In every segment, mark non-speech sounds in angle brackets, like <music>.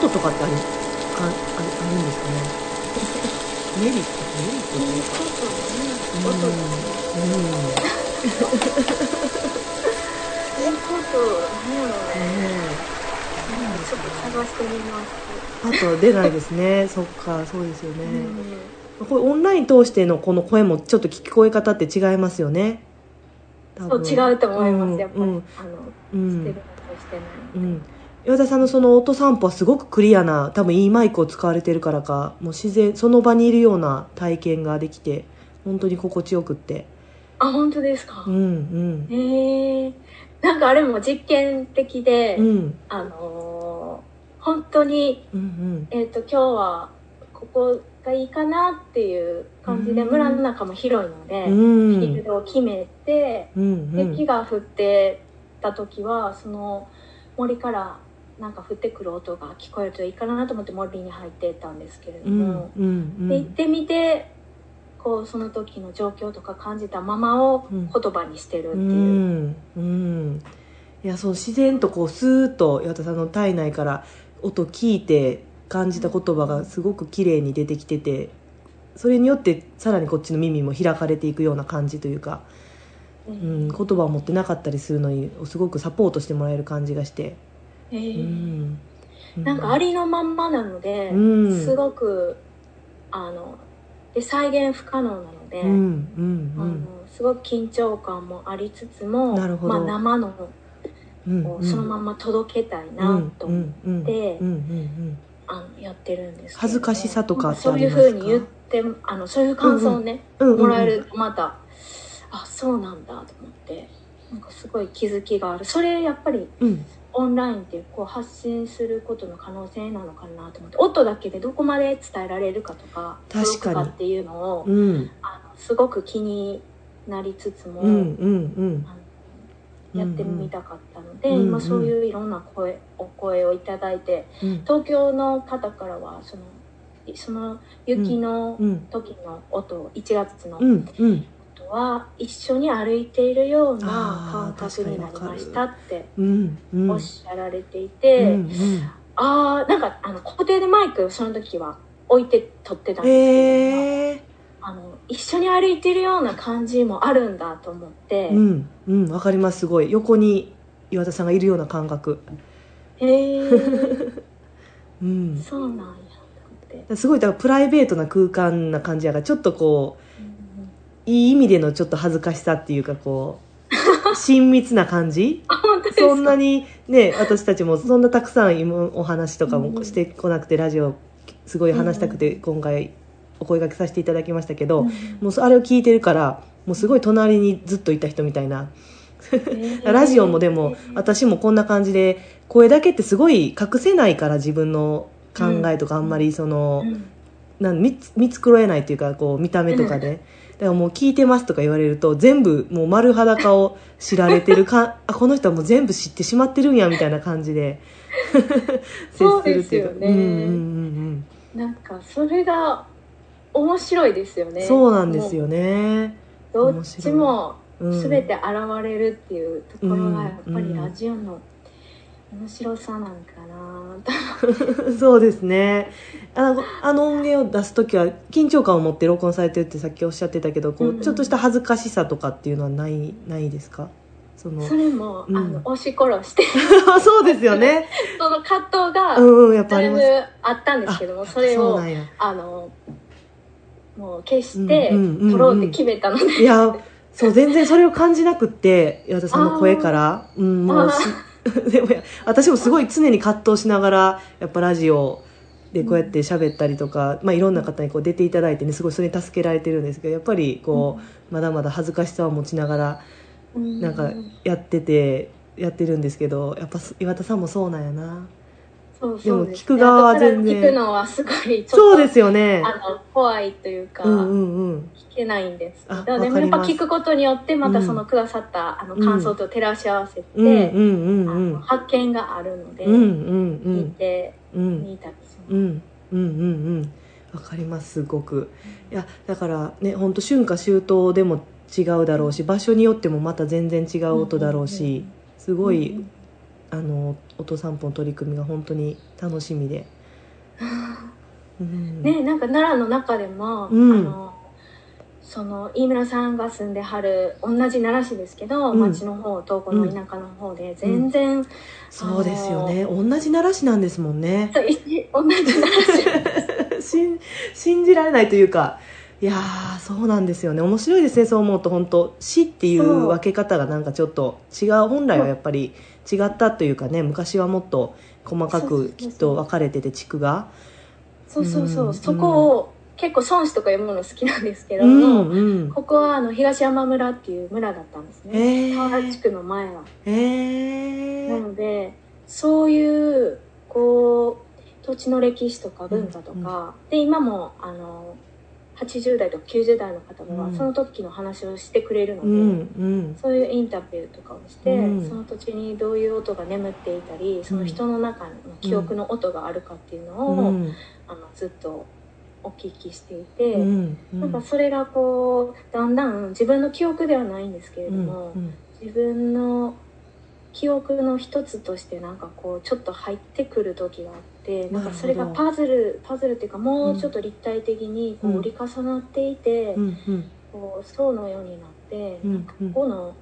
トとかってあり、かあああるんですかね。メリット、メリットというか。音とねうん。ねいいことねえちょっと探してみますあとは出ないです <laughs> ね。そっか、そうですよね。うんこれオンライン通してのこの声もちょっと聞こえ方って違いますよね。多そう分違うと思います、やっぱり、うんあのうしてるのんとしてない、うん、岩田さんのその音散歩はすごくクリアな多分いいマイクを使われてるからかもう自然その場にいるような体験ができて本当に心地よくってあ本当ですか、うんうんへえなんかあれも実験的で、うんうんあのー本当にうんえっ、と今日はここがいいかなっていう感じで、うん村の中も広いので、うフんィールドを決めて、うんう雪んが降ってた時はその森からなんか降ってくる音が聞こえるといいかなと思って森に入ってたんですけれうどんも、うんで行ってみてこうその時の状況とか感じたままを言葉にしてるっていうう、うんんうんいやそう自然とこうスーッと岩田さんの体内から音聞いて感じた言葉がすごく綺麗に出てきててそれによってさらにこっちの耳も開かれていくような感じというか、うん、言葉を持ってなかったりするのにすごくサポートしてもらえる感じがして、えうーん、なんかありのまんまなので、うんすごくあので再現不可能なので、うんうんあのすごく緊張感もありつつもなるほどまあ、生のうんうんこううんそのまま届けたいなと思って、うんうんうんあのやってるんですけど恥ずかしさとかってそあういりうまふうすにか言ってあのそういう感想をね、うんうんもらえるとまたあそうなんだと思ってなんかすごい気づきがあるそれやっぱりうんオンラインってこう発信することの可能性なのかなと思って音だけでどこまで伝えられるかとか確かに届くかっていうのを、うんあのすごく気になりつつも、うんうんうんあのやってみたかったので、うんうん今そういういろんな声お声をいただいてうん東京の方からはそのその雪のうん時の音、1月のうんうんとは一緒に歩いているようなあー感覚になりましたってうんうんおっしゃられていて、うんうんああなんかあの固定でマイクその時は置いて撮ってたんですけど、へえあの一緒に歩いているような感じもあるんだと思って、うんうんわかりますすごい横に岩田さんがいるような感覚へ <laughs> えうんそうなんやと思って、すごいだからプライベートな空間な感じやからちょっとこううんいい意味でのちょっと恥ずかしさっていうかこう <laughs> 親密な感じあ本当ですかそんなにね私たちもそんなたくさん今お話とかもしてこなくてラジオすごい話したくて今回お声掛けさせていただきましたけど、もうそあれを聞いてるからもうすごい隣にずっといた人みたいなラジオもでも私もこんな感じで声だけってすごい隠せないから自分の考えとかあんまりその、なん見つ見繕えないというかこう見た目とかで、だからもう聞いてますとか言われると全部もう丸裸を知られてる <laughs> かあこの人はもう全部知ってしまってるんやみたいな感じでそうですよね接するっていうかうんうんうんなんかそれが面白いですようんねそうなんですよね、どっちもうん、全て現れるっていうところがやっぱうりんラジオの面白さなんかな <laughs> とそうですねあのあの音源を出す時は緊張感を持って録音されてるってさっきおっしゃってたけどこううんちょっとした恥ずかしさとかっていうのはないないですかそ <laughs> の <laughs> それも、うんあの押し殺してそうですよねその葛藤がうんうんやっぱあだりいぶますあったんですけどもそれそうをなんやあのもう消してうんうんうんうん撮ろうって決めたので、いやそう全然それを感じなくって岩田さんの声からうんもうし <laughs> でもや私もすごい常に葛藤しながらやっぱラジオでこうやって喋ったりとか、まあ、いろんな方にこう出ていただいてねすごいそれに助けられてるんですけどやっぱりこうまだまだ恥ずかしさを持ちながらうんなんかやっててやってるんですけどやっぱす岩田さんもそうなんやなそうでそもうす聞く側は全然後から聞くのはすごいちそうょっですよねとあの怖いというか、うんうんうん聞けないんですけあどでわかもやりっぱます聞くことによってまたそのくださった、あの感想と照らし合わせて、うんうんうあんうのん発見があるので、うんう聞いんてうんうんみたりします、うんうんうんうんわかりますすごくいやだからねほんと春夏秋冬でも違うだろうし場所によってもまた全然違う音だろうしすごいあの音散歩の取り組みが本当に楽しみで、うんねなんか奈良の中でも、うんあのその飯村さんが住んではる同じ奈良市ですけど、うん町の方とこの田舎の方で全然、そうですよね同じ奈良市なんですもんね同じ奈良 <laughs> 市信信じられないというかいやーそうなんですよね面白いですねそう思うと本当死っていそうう分け方がなんかちょっと違う本来はやっぱり違ったというかね昔はもっと細かそうそうくそうそきうっと分かれてて地区がそうそうそう、うんそこを結構孫子とか読むの好きなんですけど、うんうんここはあの東山村っていう村だったんですねえ田原地ー、区の前は。えなー、のでそういうこう土地の歴史とか文化とか、で今もあの80代とか90代の方うがんその時の話をしてくれるのうで、んうんそういうインタビューとかをして、うんその土地にどういう音が眠っていたりその人の中の記憶の音があるかっていうのうを、んあのずっとお聞きしていて、うんなんかそれがこうだんだん自分の記憶ではないんですけれうども。んうん自分の記憶の一つとしてなんかこうちょっと入ってくる時があってなんかそれがなるほどパズルパズルっていうかもうちょっと立体的にこうんう折り重なっていて、うんうんこう層のようになって、うんなんかここの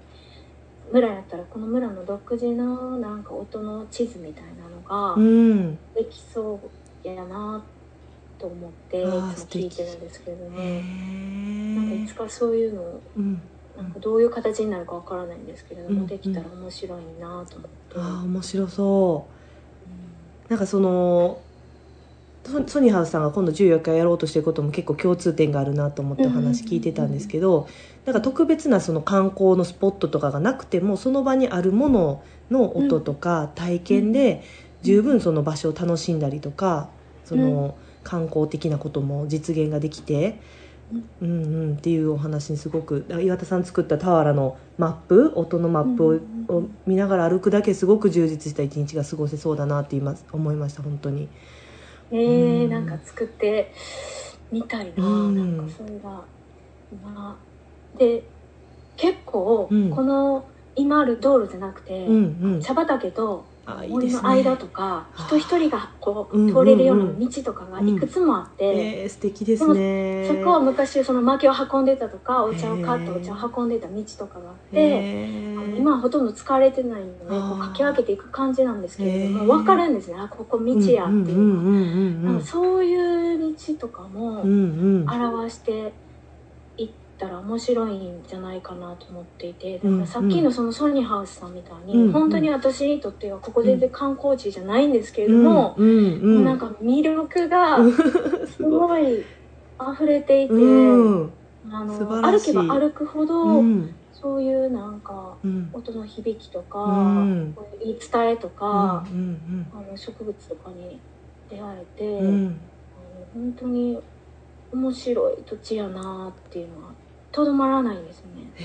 村やったらこの村の独自のなんか音の地図みたいなのうがんできそうやなと思っていあつもー聞いてるんですけどへね。なんかいーつかそういうのをうんなんかどういう形になるかわからないんですけれどうんうも、んできたら面白いなと思って、ああ面白そうなんかそのソソニーハウスさんが今度14日やろうとしてることも結構共通点があるなと思ってお話聞いてたんですけど、なんか特別なその観光のスポットとかがなくてもその場にあるものの音とか体験で十分その場所を楽しんだりとかその観光的なことも実現ができて。うんうん、っていうお話にすごく岩田さん作った俵のマップ音のマップをうんうんうんを見ながら歩くだけすごく充実した一日が過ごせそうだなって今思いました本当にえーうんなんか作ってみたいな,、うんなんかそれが今で結構こうんの今ある道路じゃなくて、うんうん茶畑とあいいで森すのね間とか、あー人一人がこうんうんううん通れるような道とかがいくつもあって。えー素敵ですねそこは昔その薪を運んでたとかお茶を買っへたーお茶を運んでた道とかがあって、へあーの今はほとんど使われてないのであーこう駆け分けていく感じなんですけれどへーも分かるんですねあここ道やっていううのんがうんうんうなんんかそういう道とかもうんうんうん表していったら面白いんじゃないかなと思っていてだうんからさっきのそのソニーハウスさんみたいに、うん本当に私にとってはここ全然観光地じゃないんですけれどうんも、うんうもうんなんか魅力がすごい溢れていて。うんあ素の晴ら歩しいけば歩くほど、うんそういうなんかうん音の響きとか、うんこういう言い伝えとかう、んあの植物とかに出会えて、うんうんあの本当に面白い土地やなっていうのはとどまらないですね。へ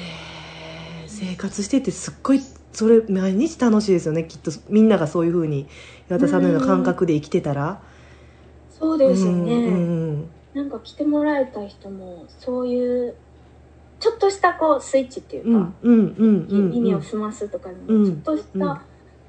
ー生活しててすっごいそれ毎日楽しいですよねきっとみんながそういうふうに岩田さんのような感覚で生きてたらそうですよね、うんうんなんか来てもらえた人もそういうちょっとしたこうスイッチっていううかん、うんうんうんうん耳を澄ますとかにもうんちょっとしうんた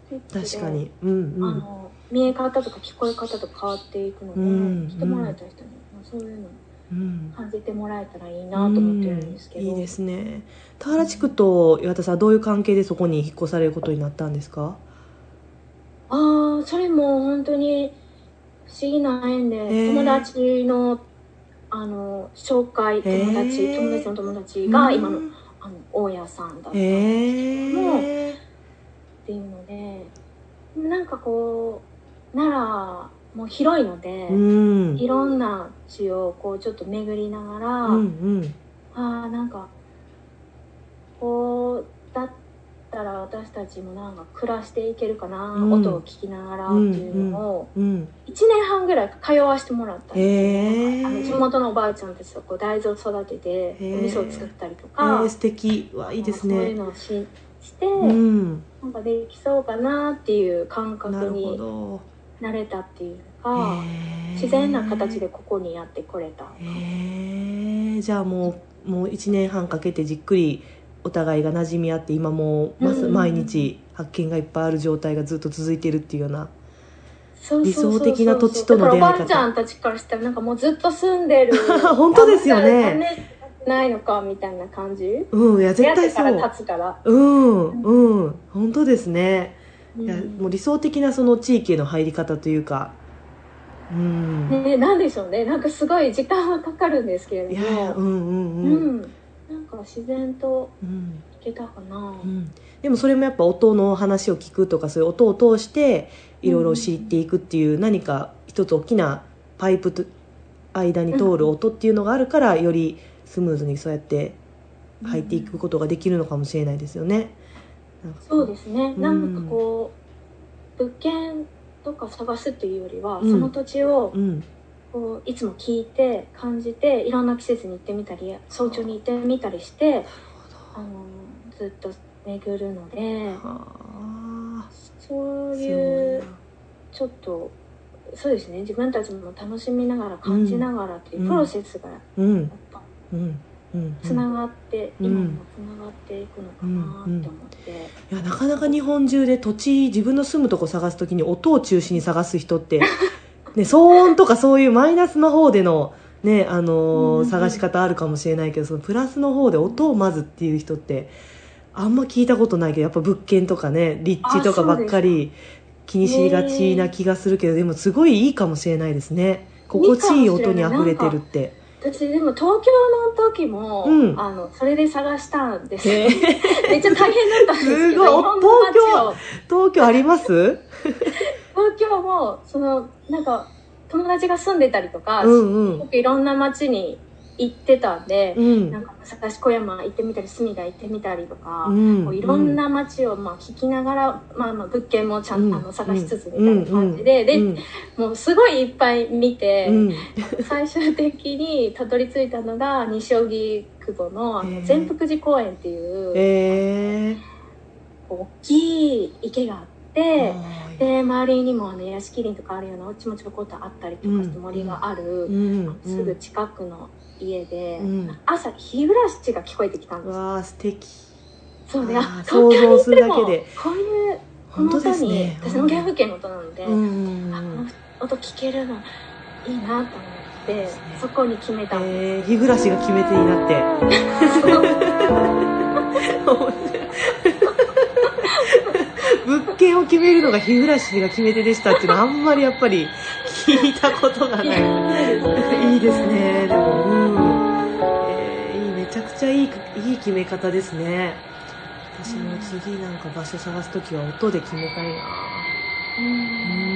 スイッチ確で、かにうんうあんの見え方とか聞こえ方と変わっていくので、うん来てもらえた人にまあそういうのうん感じてもらえたらいいなと思ってるんですけど、うんいいですね田原地区と岩田さんはどういう関係でそこに引っ越されることになったんですかああそれも本当に不思議な縁で、ー友達のあの紹介へー友達、友達の友達が今の,、うんあの大家さんだったってへえいうので、なんかこう奈良も広いので、うんいろんな地をこうちょっと巡りながら。うんあーなんかこうだったら私たちもなんか暮らしていけるかな、うん音を聞きながらっていうのをうんうん1年半ぐらい通わしてもらったんですへえあの地元のおばあちゃんたちとこう大豆を育ててへーお味噌を作ったりとえか、ー素敵わいいですそういうねのをしして、うんなんかできそうかなっていう感な覚るほにどなれたっていうか、へー自然な形でここにやってこれた。へえじゃあもうもう1年半かけてじっくりお互いが馴染み合って今もまうんすうん毎日発見がいっぱいある状態がずっと続いてるっていうようなそうそうそうそう理想的な土地との出会い方だからおばあちゃんたちからしたらなんかもうずっと住んでる <laughs> 本当ですよねあんなにないのかみたいな感じうんいや絶対そ出会ってからう経つから、うんうん本当ですね、いやうんもう理想的なその地域への入り方というかうん、ねなんでしょうねなんかすごい時間はかかるんですけれいどやもいやうんうんううん、うんんなんか自然といけたかな、うんでもそれもやっぱ音の話を聞くとかそういう音を通していろいろ知っていくっていう何か一つ大きなパイプと間に通る音っていうのがあるからよりスムーズにそうやって入っていくことができるのかもしれないですよね。そうですね、うんなんかこう物件とか探すっていうよりは、うんその土地をうん、こういつも聞いて感じていろんな季節に行ってみたり早朝に行ってみたりしてあのずっと巡るのではあそうすごいいうなちょっとそうですね自分たちも楽しみながら感じながらっていううんプロセスがやっうんぱうんうんつながって、うん今もつながっていくのかなって思って。いやなかなか日本中で土地自分の住むとこ探すときに音を中心に探す人って、ね、騒音とかそういうマイナスの方での,、ねあのーうん探し方あるかもしれないけどそのプラスの方で音をまずっていう人ってあんま聞いたことないけどやっぱ物件とかね立地とかばっかり気にしがちな気がするけどでもすごいいいかもしれないですね心地いい音にあふれてるって。私でも東京の時も、うんあのそれで探したんですへ <laughs> めえっちゃ大変だったんですけすどごいいろんな街を東京あります東京もそのなんか友達が住んでたりとか、うんうすごんくいろんな街に行ってたんで、うんなんか武蔵小山行ってみたり隅田行ってみたりとか、うんこういろんな街をまあ聞きながら、まあ、まあ物件もちゃんとあうのん探しつつみたいな感じで、で、うんもうすごいいっぱい見て、うんうん最終的にたどり着いたのが西荻窪のあへのー善福寺公園っていうえーこう大きい池があって、はいで周りにもあの屋敷林とかあるようなおちもちょこっとあったりとかしてうん森がある、うんすぐ近くの家で、うん朝日暮らしが聞こえてきたんうん、ですわあ素敵そうねあーあ想東京像にいするてだもけでこういうこ本の当音ですに、ね私の原風景の音なので、うんうんあこうのん音聞けるのいいなと思って、ですねそこに決めたんですえー、日暮らしが決め手になって <laughs> 物件を決めるのが日暮らしが決め手でしたっていうのはあんまりやっぱり聞いたことがないいいですねでもうん、えーいいめちゃくちゃいいいい決め方ですね私も次なんか場所探す時は音で決めたいなうん